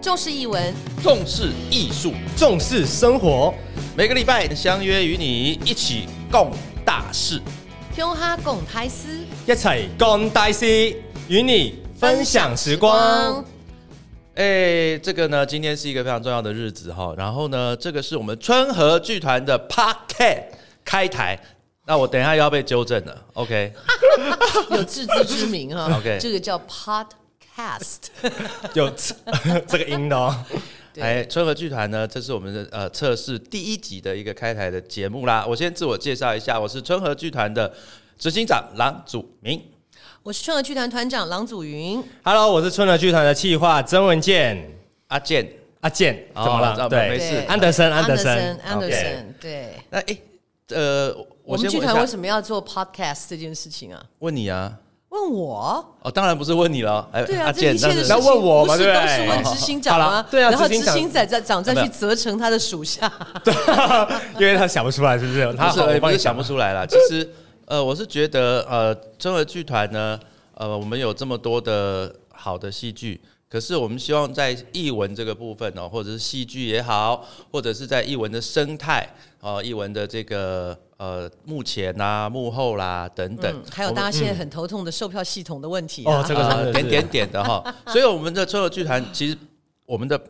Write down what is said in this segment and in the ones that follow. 重视译文，重视艺术，重视生活，每个礼拜相约与你一起共大事。用哈共台思一齊干大事，與你分享時光。。哎、这个呢，今天是一个非常重要的日子哈。然后呢，这个是我们春和剧团的 Podcast 开台。那我等一下又要被纠正了，OK？有自知之明 哈 OK 这个叫 podcast，有这 这个音的哦，哎，春和剧团呢，这是我们的呃测试第一集的一个开台的节目啦。我先自我介绍一下，我是春和剧团的执行长郎祖明。我是春和剧团团长郎祖云， Hello，我是春和剧团的企划曾文健，阿健，阿健哦怎么知道了？没对，事对安德森，安德森森，安德 OK 森，对。那哎、呃，我们先问剧一团为下，什么要做 podcast 这件事情啊？问你啊，问我？哦，当然不是问你了，哎，对啊，阿这健，一切的但事是情那问我不嘛是对不都对是问执行长好吗了？对啊然后执执行长行长再长再没去有责成他的属下。 因为他想不出来，是不是？他不是哎好，我也不帮你是想不出。出来啦。其实，呃，我是觉得，呃，中和剧团呢，呃，我们有这么多的好的戏剧，可是我们希望在译文这个部分哦，或者是戏剧也好，或者是在译文的生态，呃，译文的这个呃幕前啦、幕后啦等等，嗯，还有大家现在很头痛的售票系统的问题啊。哦，这个真呃的是点点点的哈。 所以我们的春和剧团其实我们的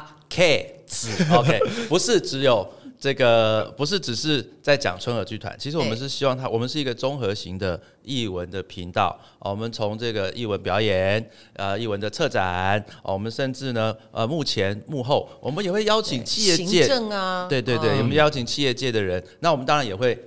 podcast，OK，不是只有这个，不是只是在讲春和剧团，其实我们哎对是希望它，我们是一个综合型的译文的频道。哦，我们从这个译文表演，呃，译文的策展，哦，我们甚至呢，呃，幕前幕后，我们也会邀请企业界行政啊，对对嗯对，我们邀请企业界的人，那我们当然也会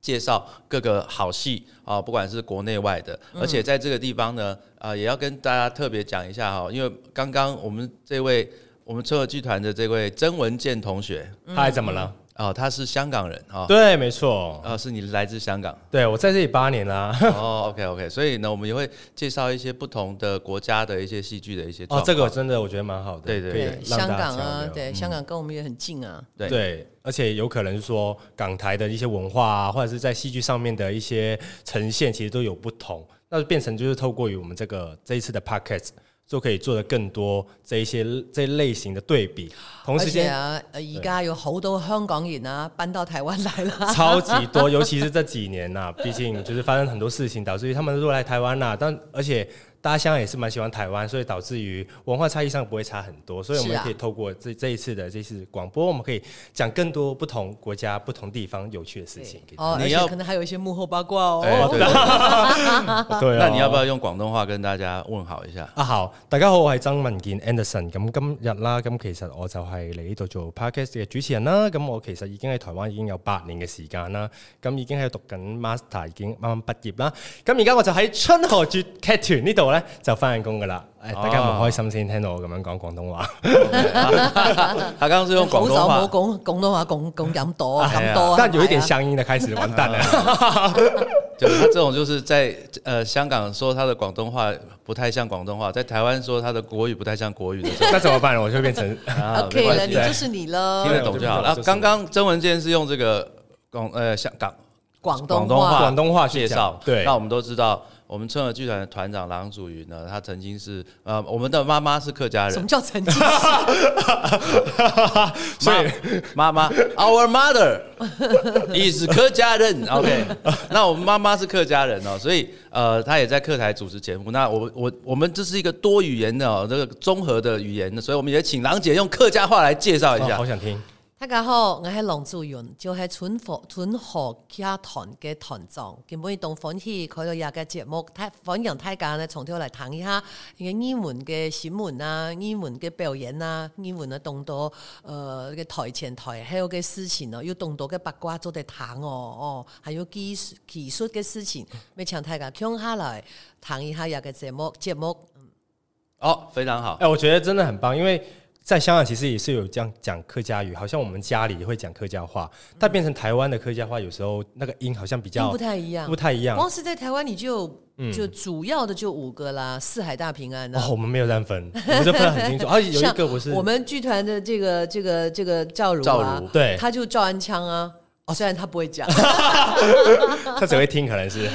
介绍各个好戏啊，不管是国内外的，而嗯且在这个地方呢，啊，也要跟大家特别讲一下哈，因为刚刚我们这位我们春和剧团的这位曾文健同学他还怎么了？哦啊，他是香港人啊，对，没错，啊，是你来自香 港对我在这里八年啦。哦，OK OK，所以呢，我们也会介绍一些不同的国家的一些戏剧的一些 哦，这状个况真的我觉得蛮好的，对对可以对，让香大家港交啊流，嗯对，香港跟我们也很近啊。对对，而且有可能说港台的一些文化啊，或者是在戏剧上面的一些呈现，其实都有不同。那就变成就是透过于我们这个这一次的 podcast，就可以做的更多这一些这一类型的对比。同而时且间啊，呃而家有好多香港人啊搬到台湾来 了。超级多，尤其是这几年呐、 毕竟就是发生很多事情，导致于他们都来台湾啦、但而且大家香港也是蛮喜欢台湾，所以导致于文化差异上不会差很多。所以我是们啊可以透过这这一次的这次广播，我们可以讲更多不同国家、不同地方有趣的事情对给大哦，你而且要可能还有一些幕后八卦哎哦。对对对家。 对、那你要不要用广东话跟大家问好一下？啊好，大家好，我係曾文健 Anderson。咁今日啦，咁其實我就係嚟呢度做 podcast 嘅主持人啦。咁我其實已經喺台灣已經有八年嘅時間啦，咁已經喺度讀緊 master，已經啱啱畢業啦。咁而家我就喺春河絕劇團呢度咧就翻緊工噶啦。哦誒、大家唔開心先聽到我咁樣講廣東話。嗯他刚刚是用广好东少话冇，講廣東話講講咁多哎呀咁多啊，但有一點係啊鄉音的開始，完蛋啦。 就是他这种就是在呃香港说他的广东话不太像广东话，在台湾说他的国语不太像国语的时那怎麼辦？我就 變成候啊 OK 没了，关你系就是你了听。得懂就好。然后刚刚曾文健是用这个广呃香港廣广東东话話廣東話去介绍讲，对那我们都知道，我们春和剧团的团长郎祖云呢，他曾经是呃我们的妈妈是客家什人麼，叫曾經是？所以妈妈，Our mother is 客家人。OK，那我们妈妈是客家人哦，所以呃，她也在客台主持节目。那我我我们这是一个多语言的、哦、这个综合的语言的，所以我们也请郎姐用客家话来介绍一哦下。好想聽。大家好，我係郎祖云，就係春河春河劇團嘅團長。基本同歡喜佢哋日嘅節目，睇歡迎大家呢從頭嚟睇一下嘅英文嘅新聞啊，英文嘅表演啊，英文嘅動作，誒、呃、嘅台前台後嘅事情哦，要動作嘅八卦做得睇哦，哦，還有技術技術嘅事情，咪請大家聽下來睇一下日嘅節目節目。哦，非常好哎、。我觉得真的很棒，因为在香港其实也是有这样讲客家语，好像我们家里也会讲客家话，但变成台湾的客家话，有时候那个音好像比并较嗯不太一样，不太一样。嗯光是在台湾你就就主要的就五个啦，四海大平安哦，啊。我们没有乱分，我们就分得很清 楚。而啊且有一像个我是我们剧团的这个这个这个赵如赵啊如，对他就赵安腔啊。哦，虽然他不会 讲。他只会听，可 能是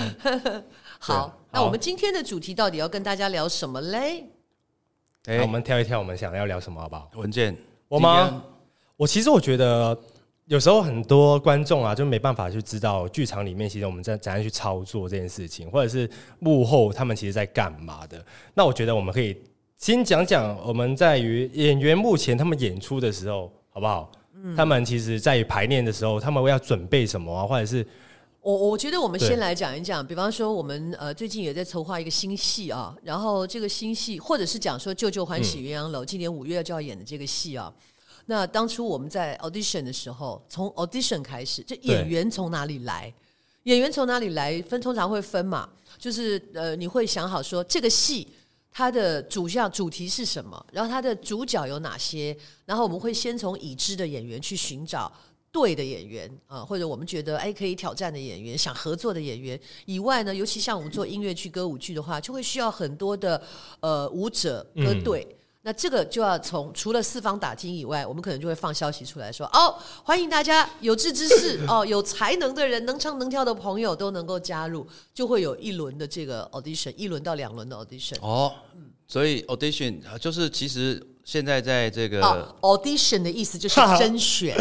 好，那我们今天的主题到底要跟大家聊什么嘞？哎那我们跳一跳，我们想要聊什么好不好？文件，我吗？我其实我觉得有时候很多观众啊，就没办法去知道剧场里面其实我们在怎样去操作这件事情，或者是幕后他们其实在干嘛的。那我觉得我们可以先讲讲我们在于演员目前他们演出的时候，好不好？嗯他们其实在于排练的时候，他们要准备什么啊，或者是我我觉得我们对先来讲一讲，比方说我们呃最近也在筹划一个新戏啊，然后这个新戏或者是讲说《旧旧欢喜鸳鸯楼》今年五月就要演的这个戏啊。那当初我们在 audition 的时候，从 audition 开始，就演员从哪里来？演员从哪里来？分通常会分嘛，就是呃，你会想好说这个戏它的主项主题是什么，然后它的主角有哪些，然后我们会先从已知的演员去寻找对的演员啊、或者我们觉得哎可以挑战的演员，想合作的演员以外呢，尤其像我们做音乐剧、歌舞剧的话，就会需要很多的呃舞者歌队。那这个就要从除了四方打听以外，我们可能就会放消息出来说，哦，欢迎大家有志之士哦，有才能的人，能唱能跳的朋友都能够加入，就会有一轮的这个 audition，一轮到两轮的 audition。哦，所以 audition 呃就是其实现在在这个、哦，audition 的意思就是甄选，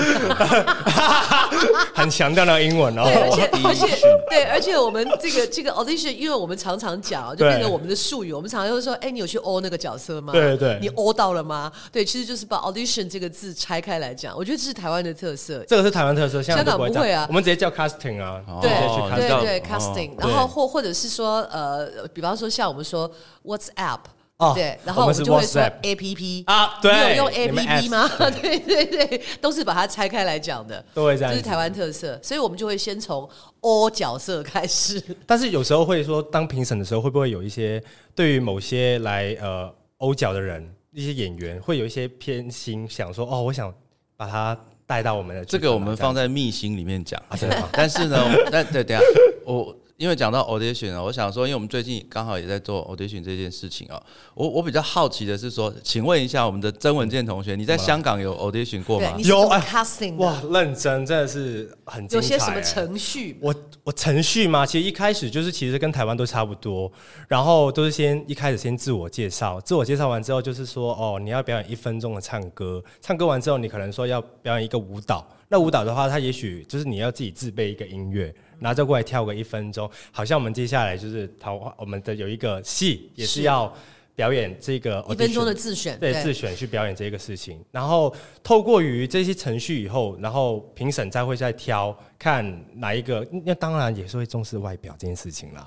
很强调那个英文哦对，。而且而 audition 且对，而且我们这 个这个 audition，因为我们常常讲，就对变成我们的术语，我们常常会说，哎，你有去 a 那个角色吗？对对你 a 到了吗？对，其实就是把 audition 这个字拆开来讲，我觉得这是台湾的特色，这个是台湾特色，香香港不会这样不会啊我们直接叫 casting 啊，对直接去哦 casting 你知道对对哦 casting，、对然后或或者是说呃，比方说像我们说 WhatsApp。哦对，然后我我们们是就会说 WhatsApp A P P 啊对你有用你 A 们 P P 吗？ 对对对，都是把它拆开来讲的，都会这样这子是台湾特色，所以我们就会先从 O 角色开始。但是有时候会说，当评审的时候，会不会有一些对于某些来呃欧角的人，一些演员会有一些偏心，想说哦，我想把他带到我们的这个我们放在在密心里面讲。啊，真的吗 但是呢，但对，等一下我因为讲到 audition 啊，我想说，因为我们最近刚好也在做 audition 这件事情啊，我我比较好奇的是说，请问一下我们的曾文健同学，你在香港有 audition 过对，吗你？是有怎么哎 casting 的？哇，认真真的是很精有彩些什么欸程序？我我程序嘛，其实一开始就是其实跟台湾都差不多，然后都是先一开始先自我介绍，自我介绍完之后就是说哦，你要表演一分钟的唱歌，唱歌完之后你可能说要表演一个舞蹈，那舞蹈的话，它也许就是你要自己自备一个音乐。拿着过来跳个一分钟，好像我们接下来就是桃花，我们的有一个戏也是是要表演这个一分钟 audition 的自选，对自选去表演这个事情，然后透过于这些程序以后，然后评审再会再挑看哪一个，那当然也是会重视外表这件事情啦。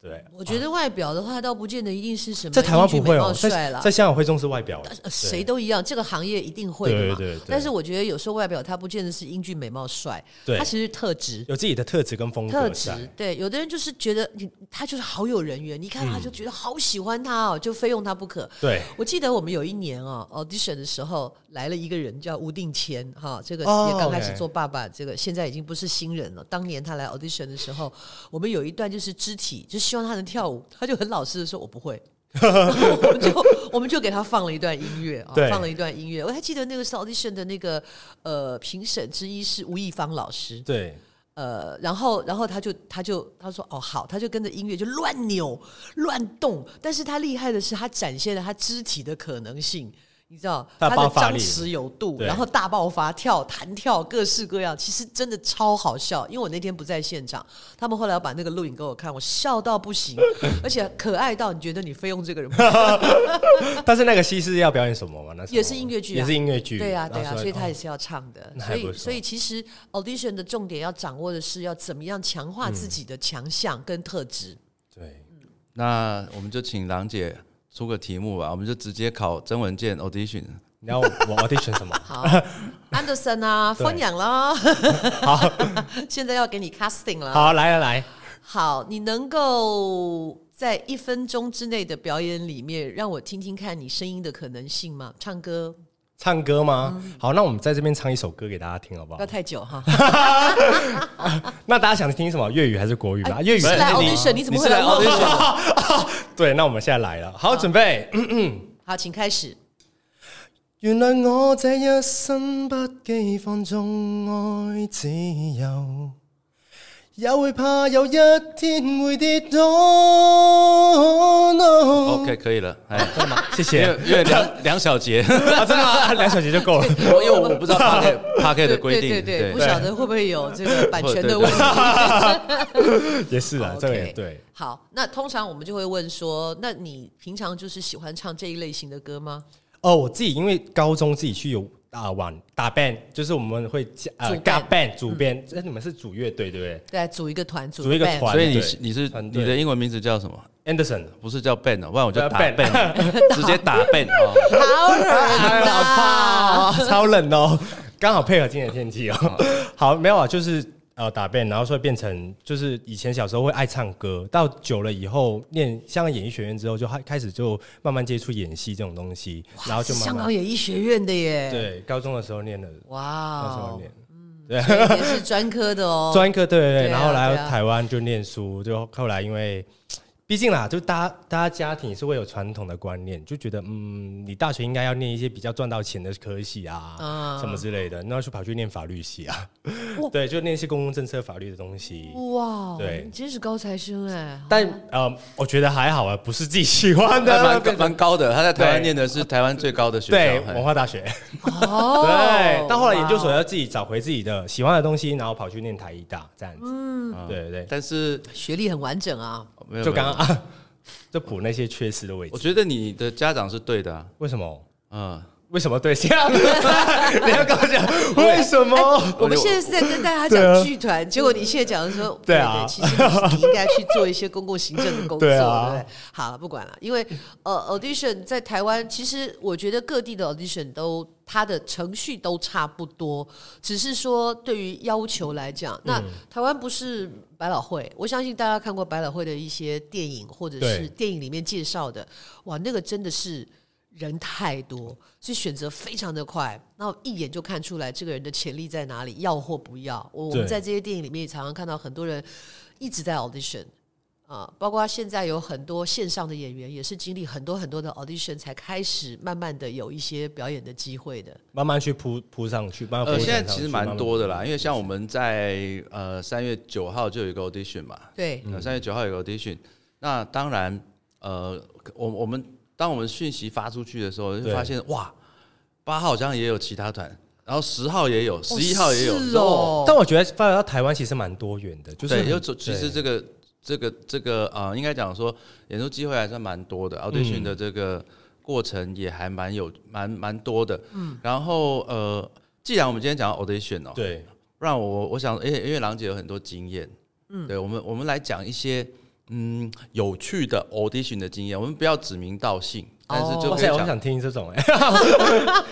对，我觉得外表的话，倒不见得一定是什么在台湾英俊不会美哦、貌在帅啦在香港会重视外表欸，呃谁都一样，这个行业一定会的嘛。对对对但是我觉得有时候外表它不见得是英俊美貌帅，对它其实是特质。有自己的特质跟风特格在。质对，有的人就是觉得你他就是好有人缘，你看他就嗯觉得好喜欢他哦，就非用他不可。对，我记得我们有一年哦，audition 的时候来了一个人叫吴定谦哈，这个哦也刚开始 OK 做爸爸，这个现在已经不是新人了。当年他来 audition 的时候，我们有一段就是肢体，就希望他能跳舞，他就很老实的说我不 会。然后我们就我们就给他放了一段音乐啊对，放了一段音乐。我还记得那个是 audition 的那个呃评审之一是吴亦芳老师，对，呃，然后，然后他就，他就，他说，哦，好，他就跟着音乐就乱扭、乱动，但是他厉害的是，他展现了他肢体的可能性，你知道，大他爆的发力张弛有度，对然后大爆发，跳、弹跳，各式各样，其实真的超好笑。因为我那天不在现场，他们后来把那个录影给我看，我笑到不行，而且可爱到你觉得你非用这个 人不可，但是那个戏是要表演什么嘛？那时候也是音乐剧啊也是音乐剧。对啊，对然啊，后所以他哦也是要唱的。那还所不以，错所以其实 audition 的重点要掌握的是要怎么样强化自己的强项跟特质。对，那我们就请郎姐出个题目吧，我们就直接考曾文健 audition。然后我 audition 什么？好，Anderson 啊，对放养啦。 现在要给你 casting 了。好，来来来，好，你能够在一分钟之内的表演里面，让我听听看你声音的可能性吗？唱歌唱歌吗？好，那我们在这边唱一首歌给大家听好不不好嗯要？太久哈。那大家想听什么？粤语还是国语吧？哎粤语是来还是 audition，你怎么是会来来问 audition？我？啊对，那我们现在来了，好，准备。 嗯好，请开始。原谅我这一生不羁放纵爱自由，也會怕有一天會跌倒。No 哦 OK，可以了，哎，謝因謝为。因为梁梁小杰，啊，真的吗？ 两小节就够 了。 因为我不知道 p a r k p a r k 的对规定，对对对，不晓得会不会有这个版权的对对问题。也是啊，这个也 OK 对。好，那通常我们就会问说，那你平常就是喜欢唱这一类型的歌吗？哦，我自己因为高中自己去有啊玩打 band，就是我们会加呃组 band 加 band 组 band，那你哎们是组乐队对不对对，组一个团，组组一个 band 团所以你对是你是团你队的英文名字叫什么？ ？Anderson 不是叫 Ben 哦，不然嗯我就呃打 Ben Ben，直接打 Ben 哦。好冷哎好啊！ 怕哦，超冷哦，刚好配合今天的天气哦。好，没有啊，就是呃打 band，然后所以变成就是以前小时候会爱唱歌，到久了以后念香港演艺学院之后，就开开始就慢慢接触演戏这种东西，然后就慢香慢港演艺学院的耶，，对高中的时候念的，那时哇候哦念，。所以也是专科的哦， 专科对对对对，啊然后来对啊到台湾就念书，就后来因为，毕竟啦，就大家大家家庭是会有传统的观念，就觉得嗯，你大学应该要念一些比较赚到钱的科系啊，啊什么之类的，那就跑去念法律系啊哇， 对，就念一些公共政策法律的东西。哇，哦对你真是高材生哎，但呃，我觉得还好啊，不是自己喜欢他的，蛮变高成蛮高的，他在台湾对念的是台湾最高的学对校。文嘿化大学，哦， 对，到后来研究所哇哦要自己找回自己的喜欢的东西，然后跑去念台医大这样子，嗯对对但是学历很完整啊，没对，有就刚，没有刚 啊，就补那些缺失的位置我。觉得你的家长是对的啊，为什么？嗯，为什么 对这样？你要跟我讲 为什么？我们现在是在跟大家讲剧团，结果你现在讲的说，啊 对啊其实你应该去做一些公共行政的工作，对对啊不对？好了，不管了，因为呃，audition 在台湾，其实我觉得各地的 audition 都它的程序都差不多，只是说对于要求来讲，嗯那台湾不是百老汇，我相信大家看过百老汇的一些电影或者是对电影里面介绍的，哇，那个真的是。人太多，所以选择非常的快，然后一眼就看出来这个人的潜力在哪里，要或不要。我我们对在这些电影里面也常常看到很多人一直在 audition 啊，包括现在有很多线上的演员也是经历很多很多的 audition 才开始慢慢的有一些表演的机会的。慢慢去铺铺上去，慢慢铺呃，上现去。在其实蛮多的慢啦，因为像我们在呃三月九号就有一个 audition 嘛，呃对，嗯三月九号有个 audition，那当然，呃，我我们当我们讯息发出去的时候，就对发现哇，八号好像也有其他团，然后十号也有，十一号也有，是哦慢。但我觉得发展到台湾其实蛮多元的，就是对，有很走其实对这个这个这个啊、呃应该讲说演出机会还算蛮多的，audition 嗯的这个过程也还蛮有蛮蛮多的。嗯，然后呃，既然我们今天讲到 audition 哦，对不然我我想，因为因为郎姐有很多经验，嗯，对我们我们来讲一些嗯有趣的 audition 的经验，我们不要指名道姓，但是就哦哇可塞，以我讲，想听这种哎，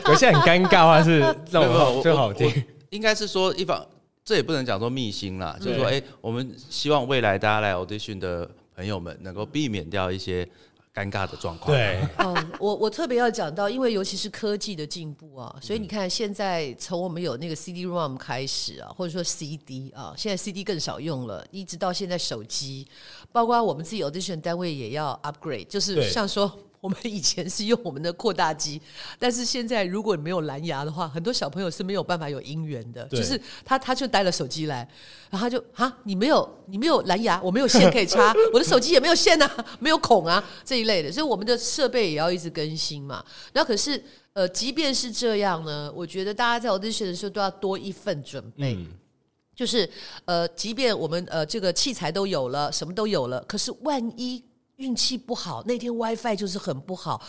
有些很尴尬啊，是这没有没有种我最好听我。应该是说一方，这也不能讲说秘辛啦，就是说，哎、嗯对我们希望未来大家来 audition 的朋友们能够避免掉一些呃尴尬的状况，，对，哦，我我特别要讲到，因为尤其是科技的进步啊，所以你看现在从我们有那个 CD-ROM 开始啊，或者说 CD 啊，现在 CD 更少用了，一直到现在手机，包括我们自己 audition 单位也要 upgrade，就是对像说。我们以前是用我们的扩大机，但是现在如果你没有蓝牙的话，很多小朋友是没有办法有音源的，对就是他他就带了手机来，然后他就啊，你没有你没有蓝牙，我没有线可以插，我的手机也没有线啊， 没有孔啊这一类的，所以我们的设备也要一直更新嘛。那可是呃，即便是这样呢，我觉得大家在 audition 的时候都要多一份准备。就是呃，即便我们呃这个器材都有了，什么都有了，可是万一运气不好，那天 WiFi 就是很不好。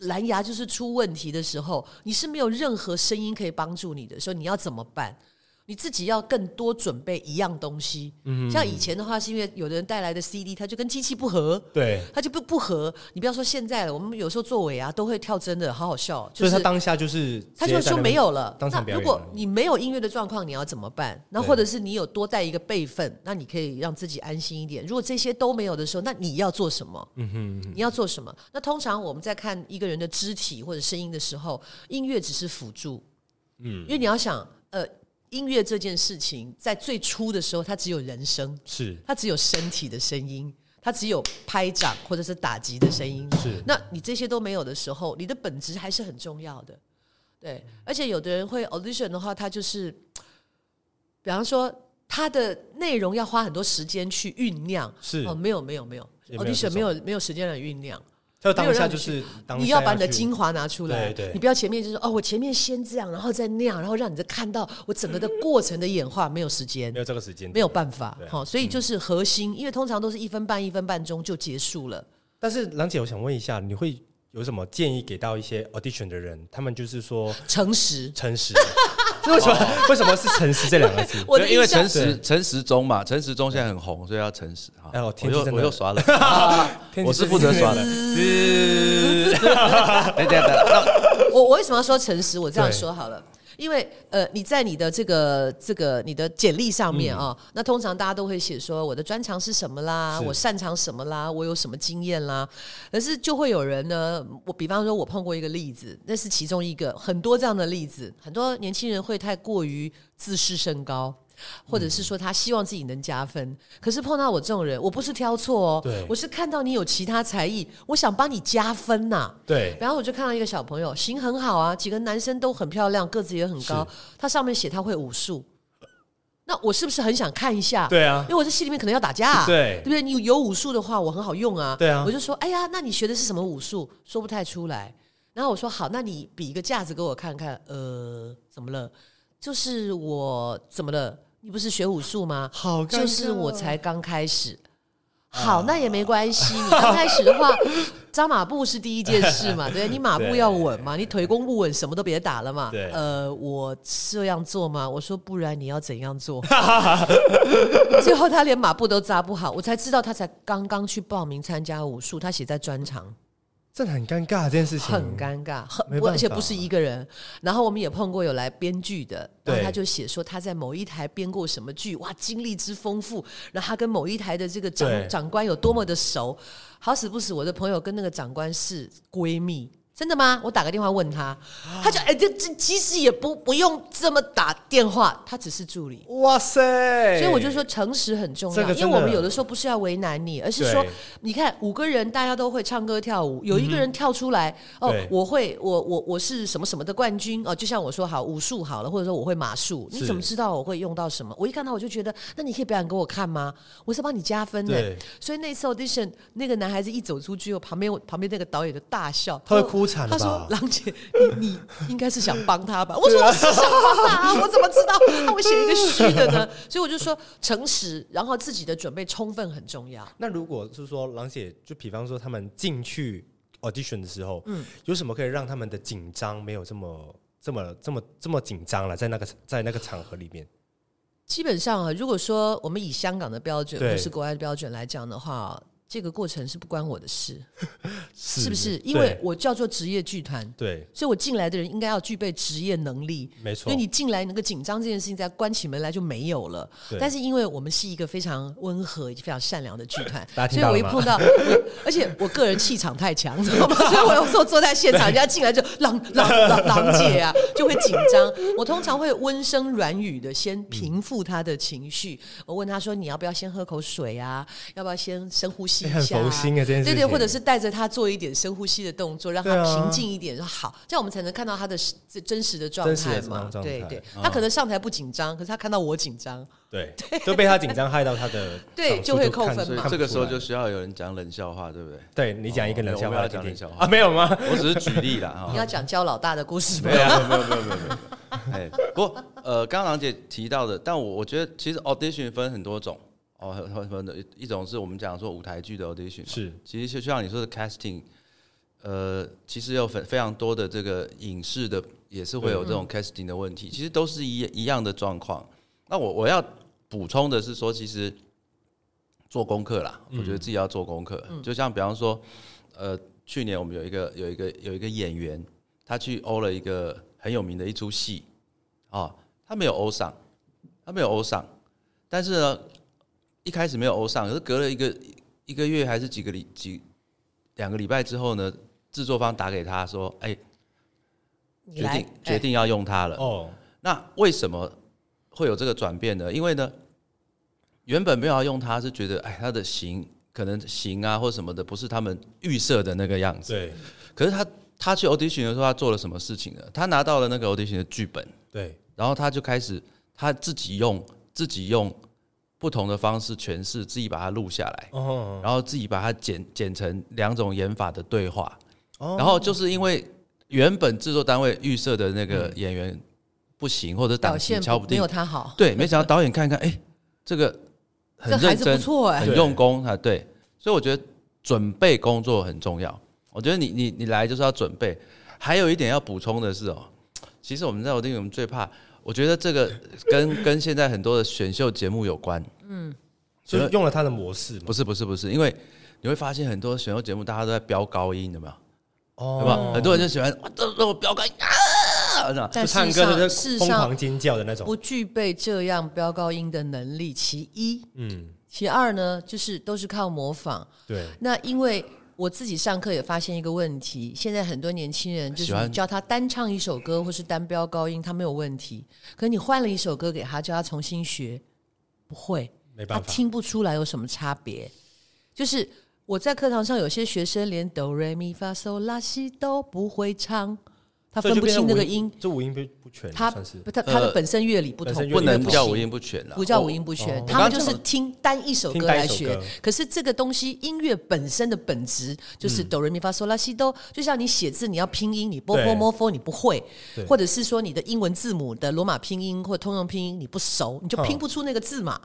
蓝牙就是出问题的时候，你是没有任何声音可以帮助你的时候，你要怎么办？你自己要更多准备一样东西。嗯像以前的话，是因为有的人带来的 CD，它就跟机器不合，对，它就不不合。你不要说现在了，我们有时候作尾啊都会跳针的，好好笑。哦就所以是他当下就是他直接就在说那边没有了。当场那表如演果了。你没有音乐的状况，你要怎么办？那对或者是你有多带一个备份，那你可以让自己安心一点。如果这些都没有的时候，那你要做什么？嗯你要做什么？那通常我们在看一个人的肢体或者声音的时候，音乐只是辅助。嗯，因为你要想，呃，音乐这件事情在最初的时候，它只有人声，是它只有身体的声音，它只有拍掌或者是打击的声音。是那你这些都没有的时候，你的本质还是很重要的。对，而且有的人会 audition 的话，他就是，比方说它的内容要花很多时间去酝酿。是哦，没有没有没有也没有这，audition 种没有没有时间来酝酿，就当下就是当下你要把你的去精华拿出来，对对你不要前面就是哦，我前面先这样，然后再那样，然后让你再看到我整个的过程的演化，没有时间没。有这个时间，没有。办法对，啊好、所以就是核心，因为通常都是一分半、一分半钟就结束了。但是郎姐，我想问一下，你会有什么建议给到一些 audition 的人？他们就是说诚实，诚实， 为什么为什么是诚实这两个 字？我的因为印象陈时陈时中嘛，陈时中现在很红，所以要诚实哈。哎我我天气又真的我又刷了， 天气我是负责刷的。 等一下等一下， 我我为什么要说诚实？我这样对说好了，因为呃，你在你的这个这个你的简历上嗯面啊、那通常大家都会写说我的专长是什么啦，是我擅长什么啦，我有什么经验啦。可是就会有人呢，我比方说我碰过一个例子，那是其中一个，很多这样的例子，很多年轻人会太过于自视身高。或者是说他希望自己能加分，可是碰到我这种人，我不是挑错哦对，我是看到你有其他才艺，我想帮你加分呐、对，然后我就看到一个小朋友，型很好啊，几个男生都很漂亮，个子也很高。他上面写他会武术，那我是不是很想看一下？对啊因为我在戏里面可能要打架、啊，对对不对？你有有武术的话，我很好用啊。对啊我就说，哎呀，那你学的是什么武术？说不太出来。然后我说好，那你比一个架子给我看看。呃，怎么了？就是我怎么了？你不是学武术吗？ 好尴尬哦啊就是我才刚开始。好，那也没关系。你刚开始的话，扎马步是第一件事嘛，对，你马步要稳嘛，你腿功不稳，什么都别打了嘛对。呃，我这样做吗？我说不然你要怎样 做？最后他连马步都扎不好，我才知道他才刚刚去报名参加武术，他写在专场。真的很尴尬这件事情，很尴尬，很没不，办而且法不是一个人。然后我们也碰过有来编剧的，然后对他就写说他在某一台编过什么剧，哇，经历之丰富，然后他跟某一台的这个对长长官有多么的熟，好死不死，我的朋友跟那个长官是闺蜜。真的吗？我打个电话问他，他就哎，这、这其实也不不用这么打电话，他只是助理。哇塞！所以我就说诚实很重这要，个因为真的我们有的时候不是要为难你，而是说对，嗯你看五个人大家都会唱歌跳舞，有一个人跳出来，哦对，我会，我我我是什么什么的冠军哦，就像我说好武术好了，或者说我会马术，是你怎么知道我会用到什么？我一看到我就觉得，那你可以表演给我看吗？我是帮你加分的对。所以那次 audition 那个男孩子一走出去，我旁边我旁边那个导演就大笑，他会说哭惨了他说吧：“郎姐，你你应该是想帮他吧？”我说：“我是想帮他啊，我怎么知道他会写一个虚的呢？”所以我就说，诚实，然后自己的准备充分很重要。那如果是说郎姐，就比方说他们进去 audition 的时候，嗯，有什么可以让他们的紧张没有这么这么这么这么紧张了？在那个在那个场合里面，基本上啊，如果说我们以香港的标准对或是国外的标准来讲的话，这个过程是不关我的事，是是不是？因为我叫做职业剧团，对，所以我进来的人应该要具备职业能力。对没所错以，你进来那个紧张这件事情，在关起门来就没有了对。但是因为我们是一个非常温和以及非常善良的剧 团大家，所听以到我了一吗碰到， 我而且我个人气场太强，知道 吗？所以我有时候坐在现场，人家进来就郎郎郎郎姐啊，就会紧 张。我通常会温声软语的先平复他的情绪。我问他说：“你要不要先喝口水啊？要不要先深呼吸哎一 很下、啊？”佛心啊，这件事对情，对，或者是带着他做一点深呼吸的动作，让对他啊平静一点，说好，这样我们才能看到他的实真实的状真实态的嘛。状态对对，嗯他可能上台不紧张，可是他看到我紧张，对，都被他紧张害到他的 对场数就会都看扣分所以嘛这个时候就是需要有人讲冷笑话，对不对？对你讲一个冷笑哦没有我们要话来讲听冷笑听话啊，没有吗？我只是举例啦你哈。啊要讲焦老大的故事吗没？有没有没有没有没有没有。 哎，不过呃，刚刚郎姐提到的，但我我觉得其实 audition 分很多种哦，很很很多一种是我们讲说舞台剧的 audition，是其实就像你说的 casting，呃，其实有非非常多的这个影视的也是会有这种 casting 的问题，其实都是一一样的状况。那我我要补充的是说，其实做功课啦，我觉得自己要做功课。就像比方说，呃，去年我们有一个有一个有一个演员，他去欧了一个很有名的一出戏，哦，他没有欧上，他没有欧上，但是呢，一开始没有欧上，可是隔了一个一个月还是几个礼几两个礼拜之后呢，制作方打给他说，哎、你决来哎定决定要用他了。哦，那为什么会有这个转变呢？因为呢，原本没有要用它，是觉得哎，它的型可能型啊或什么的，不是他们预设的那个样子。对可是他他去 audition 的时候，他做了什么事情呢？他拿到了那个 audition 的剧本，对，然后他就开始他自己用。自己用不同的方式诠释，自己把它录下来，哦然后自己把它剪剪成两种演法的对话。哦然后就是因为原本制作单位预设的那个演员不行，或者表档期现敲不没定有，他好，对，没想到导演看一看，哎，这个很这孩认子不真，错哎、很用功啊，对，所以我觉得准备工作很重要。我觉得你你你来就是要准备。还有一点要补充的是哦，其实我们在我定我们最怕，我觉得这个跟跟现在很多的选秀节目有关，就是用了他的模式嘛不，是不是不是，因为你会发现很多选秀节目大家都在飙高音，有没有？有没有？哦，很多人就喜欢哇，这这我飙高音啊，这样但就唱事歌实就上，是事实疯上狂尖叫的那种，不具备这样飙高音的能力，其一；嗯，其二呢，就是都是靠模仿。对，那因为我自己上课也发现一个问题，现在很多年轻人就喜是欢你叫他单唱一首歌或是单飙高音，他没有问题。可你换了一首歌给他，叫他重新学，不会，没他办法，听不出来有什么差别。就是我在课堂上有些学生连哆来咪发嗦拉西都不会唱，他所分以就不变成清那个五音，，这五音不不全，他算是不他他的呃本身乐理不本同身，乐不理能不叫行五音不全了，不叫我五音不全哦，他们我刚就刚是讲听单一首听歌单一来首学歌。可是这个东西音乐本身的本质就是哆来咪发嗦拉西哆，就像你写字你要拼音，你波嗯对波摩佛你不会对，或者是说你的英文字母的罗马拼音或通用拼音你不熟，你就哦拼不出那个字嘛，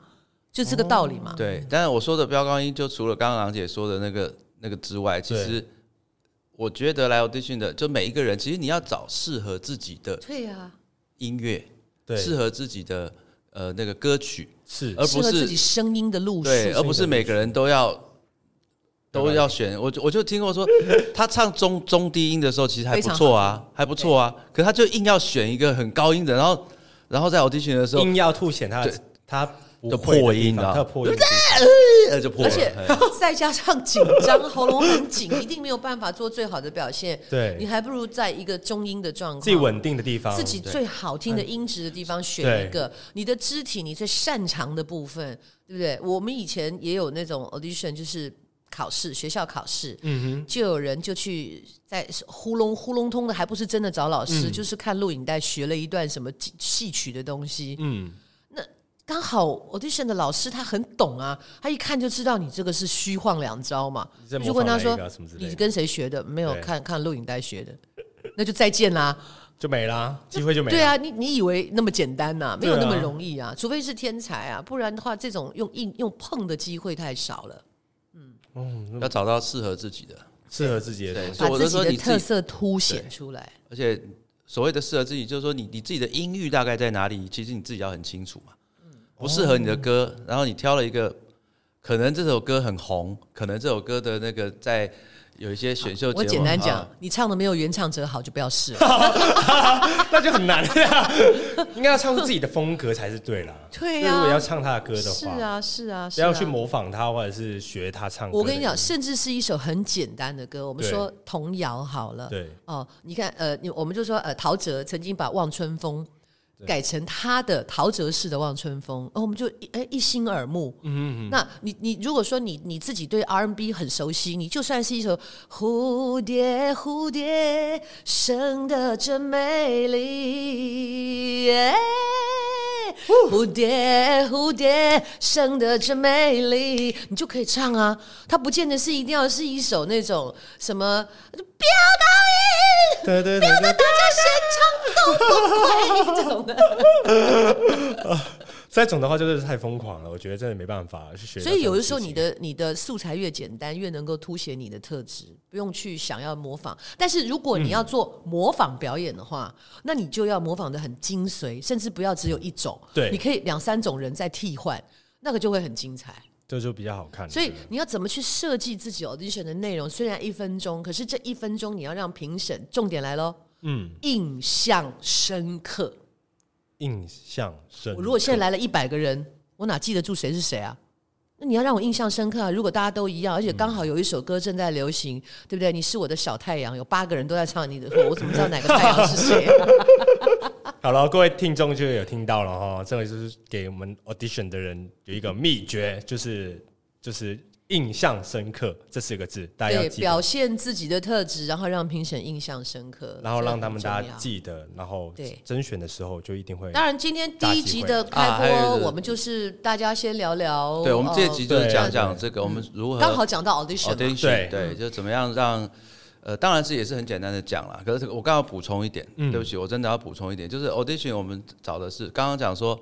就这个道理嘛。对，但是我说的飙高音，就除了刚刚郎姐说的那个那个之外，其对实我觉得来 audition 的，就每一个人，其实你要找适合自己的对呀，音乐，对，适合自己的呃那个歌曲，是而不适合自己是声音的路数。对，而不是每个人都要。都要选，我就我就听过说，他唱中中低音的时候其实还不错啊，还不错啊，可他就硬要选一个很高音的，然后然后在 audition 呃的时候，硬要凸显他的对他不的会破地音方啊他的破音地嗯呃就破了。而且嘿 再加上紧张，喉咙很紧，一定没有办法做最好的表现。对你还不如在一个中音的状况，方自己稳定的地方，自己对嗯最好听的音质的地方选一个，你的肢体你最擅长的部分，对不对？我们以前也有那种 audition，就是考试，学校考试，嗯哼，就有人就去在呼隆呼隆通的，还不是真的找老嗯师，就是看录影带学了一段什么戏戏曲的东西，嗯，那刚好 audition 的老师他很懂啊，他一看就知道你这个是虚晃两招嘛，你在就模就问他仿哪说一个啊什么之类的你跟谁学的？没有对看看录影带学的，那就再见啦。就没啦，机会就没了。对啊，你你以为那么简单呐、没有对啊那么容易啊，除非是天才啊，不然的话，这种用硬用碰的机会太少了。要找到适合自己的，适合自己的对，东西。所把以我自就己说的你自特己色凸显出来，而且所谓的适合自己，就是说你你自己的音域大概在哪里，其实你自己要很清楚嘛。嗯不适合你的歌，然后你挑了一个，可能这首歌很红，可能这首歌的那个在有一些选秀节我目，简单讲，啊你唱的没有原唱者好就不要试了。 那就很难呀。 应该要唱出自己的风格才是对啦。对如果呀、要唱他的歌的是话，啊，是啊，不是啊要去模仿他或者是学他唱歌。我跟你讲，，甚至是一首很简单的歌，我们对说童谣好了。对，哦，你看，呃，你我们就说，呃，陶喆曾经把《望春风》改成他的陶喆式的《望春风》，哦，我们就一哎一心耳目。嗯嗯那你你如果说你你自己对 R&B 很熟悉，你就算是一首《蝴蝶蝴蝶生得真美丽》哎。蝴蝶，蝴蝶生得真美丽，你就可以唱啊。它不见得是一定要是一首那种什么飙高音，对对对对，大家现场都崩溃这种的。这种的话就是太疯狂了，我觉得真的没办法去学到这种事情。所以有的时候你的你的素材越简单，越能够凸显你的特质，不用去想要模仿。但是如果你嗯要做模仿表演的话，那你就要模仿的很精髓，甚至不要只有一种，对你可以两三种人在替换，那个就会很精彩。这就比较好看。所以对你要怎么去设计自己 audition 的内容？虽然一分钟，可是这一分钟你要让评审重点来喽，嗯，印象深刻。印象深刻，我如果现在来了一百个人，我哪记得住谁是谁啊？那你要让我印象深刻啊！如果大家都一样，而且刚好有一首歌正在流行，对不对？你是我的小太阳，有八个人都在唱你的歌，我怎么知道哪个太阳是谁、啊？好了，各位听众就有听到了哈，这个就是给我们 audition 的人有一个秘诀，就是就是印象深刻，这四个字， 大家要对，记得表现自己的特质，然后让评审印象深刻，然后让他们这个大很家重要。记得，然后对甄选的时候就一定会。当然，今天第一集的大机开会啊还播，有我们就是大家先聊聊。对，我们这一呃集就是讲对讲这个，我们如何刚好讲到 audition 嘛 audition，哦对对，就怎么样让。呃，当然是也是很简单的讲啦。可是我刚刚要补充一点，嗯对不起，我真的要补充一点，就是 audition 我们找的是刚刚讲说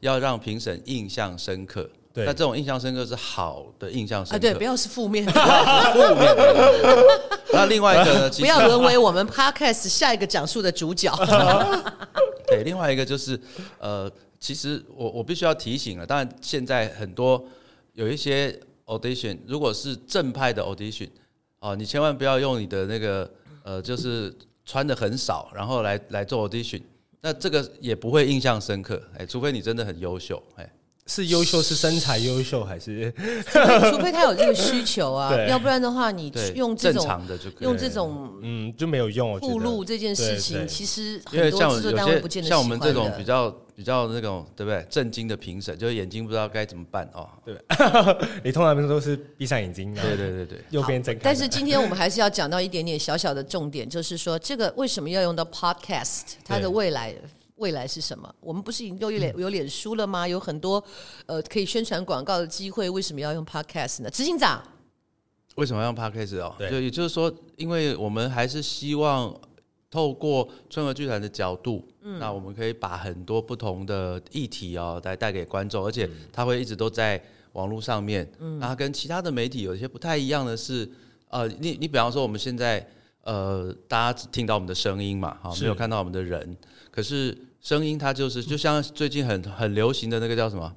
要让评审印象深刻，对那这种印象深刻是好的印象深刻，啊，对，不要是负面的，那另外一个呢，其不实要沦为我们 podcast 下一个讲述的主 角。对，另外一个就是呃，其实我我必须要提醒了，当然现在很多有一些 audition，如果是正派的 audition，哦、你千万不要用你的那个呃，就是穿的很少，然后来来做 audition。那这个也不会印象深刻，哎、除非你真的很优秀，哎、是优秀是身材优秀还是 除非他有这个需求啊，对要不然的话，你对，用这正种常的就可以。用这种嗯就没有用？我觉铺路得这件事对情，对其实因为很像多有制作单位不些见得像我们喜欢这种的比较比较那种对不对震惊的评审，就是眼睛不知道该怎么办哦。你通常都是闭上眼睛，然对后对对对，右边睁开，但是今天我们还是要讲到一点点小小的重点，就是说这个为什么要用到 podcast，它的未来。未来是什么？我们不是已经有脸有脸书了嗯吗？有很多呃可以宣传广告的机会，为什么要用 podcast 呢？执行长，为什么要用 podcast 哦？对就也就是说，因为我们还是希望透过春和剧团的角度，那我们可以把很多不同的议题哦来带给观众，而嗯且它会一直都在网络上面。嗯，那它跟其他的媒体有一些不太一样的是，呃，你你比方说我们现在呃，大家只听到我们的声音嘛，哈、是没有看到我们的人，可是声音它就是就像最近很很流行的那个叫什么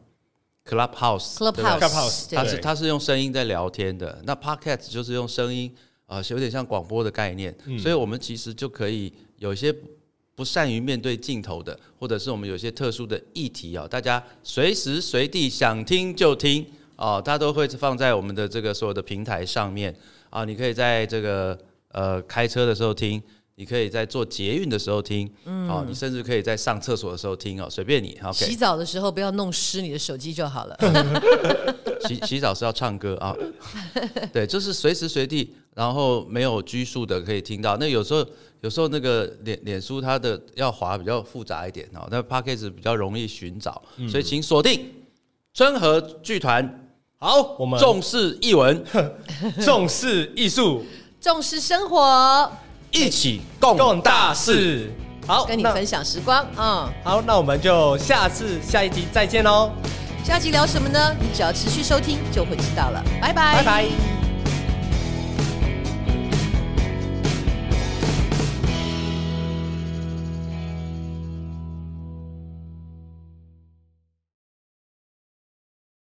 Clubhouse 对不对 Clubhouse Clubhouse，对它是对它是用声音在聊天的，那 podcast 就是用声音啊、呃有点像广播的概念，所以我们其实就可以有一些不不善于面对镜头的，或者是我们有一些特殊的议题啊、哦，大家随时随地想听就听哦，它都会放在我们的这个所有的平台上面啊，你可以在这个呃开车的时候听。你可以在做捷运的时候听，哦，你甚至可以在上厕所的时候听哦，随便你，OK。洗澡的时候不要弄湿你的手机就好了。 洗洗澡是要唱歌啊， 对，就是随时随地，然后没有拘束的可以听到。那有时候有时候那个脸脸书它的要滑比较复杂一点哦，那 p a c k a g e 比较容易寻找，所以请锁定春和剧团好，我们重视译文，重视艺术，重视生活，一起共共大事。好，跟你那分享时光啊、好，那我们就下次下一集再见喽，哦嗯！下集聊什么呢？你只要持续收听就会知道了。拜拜，拜拜。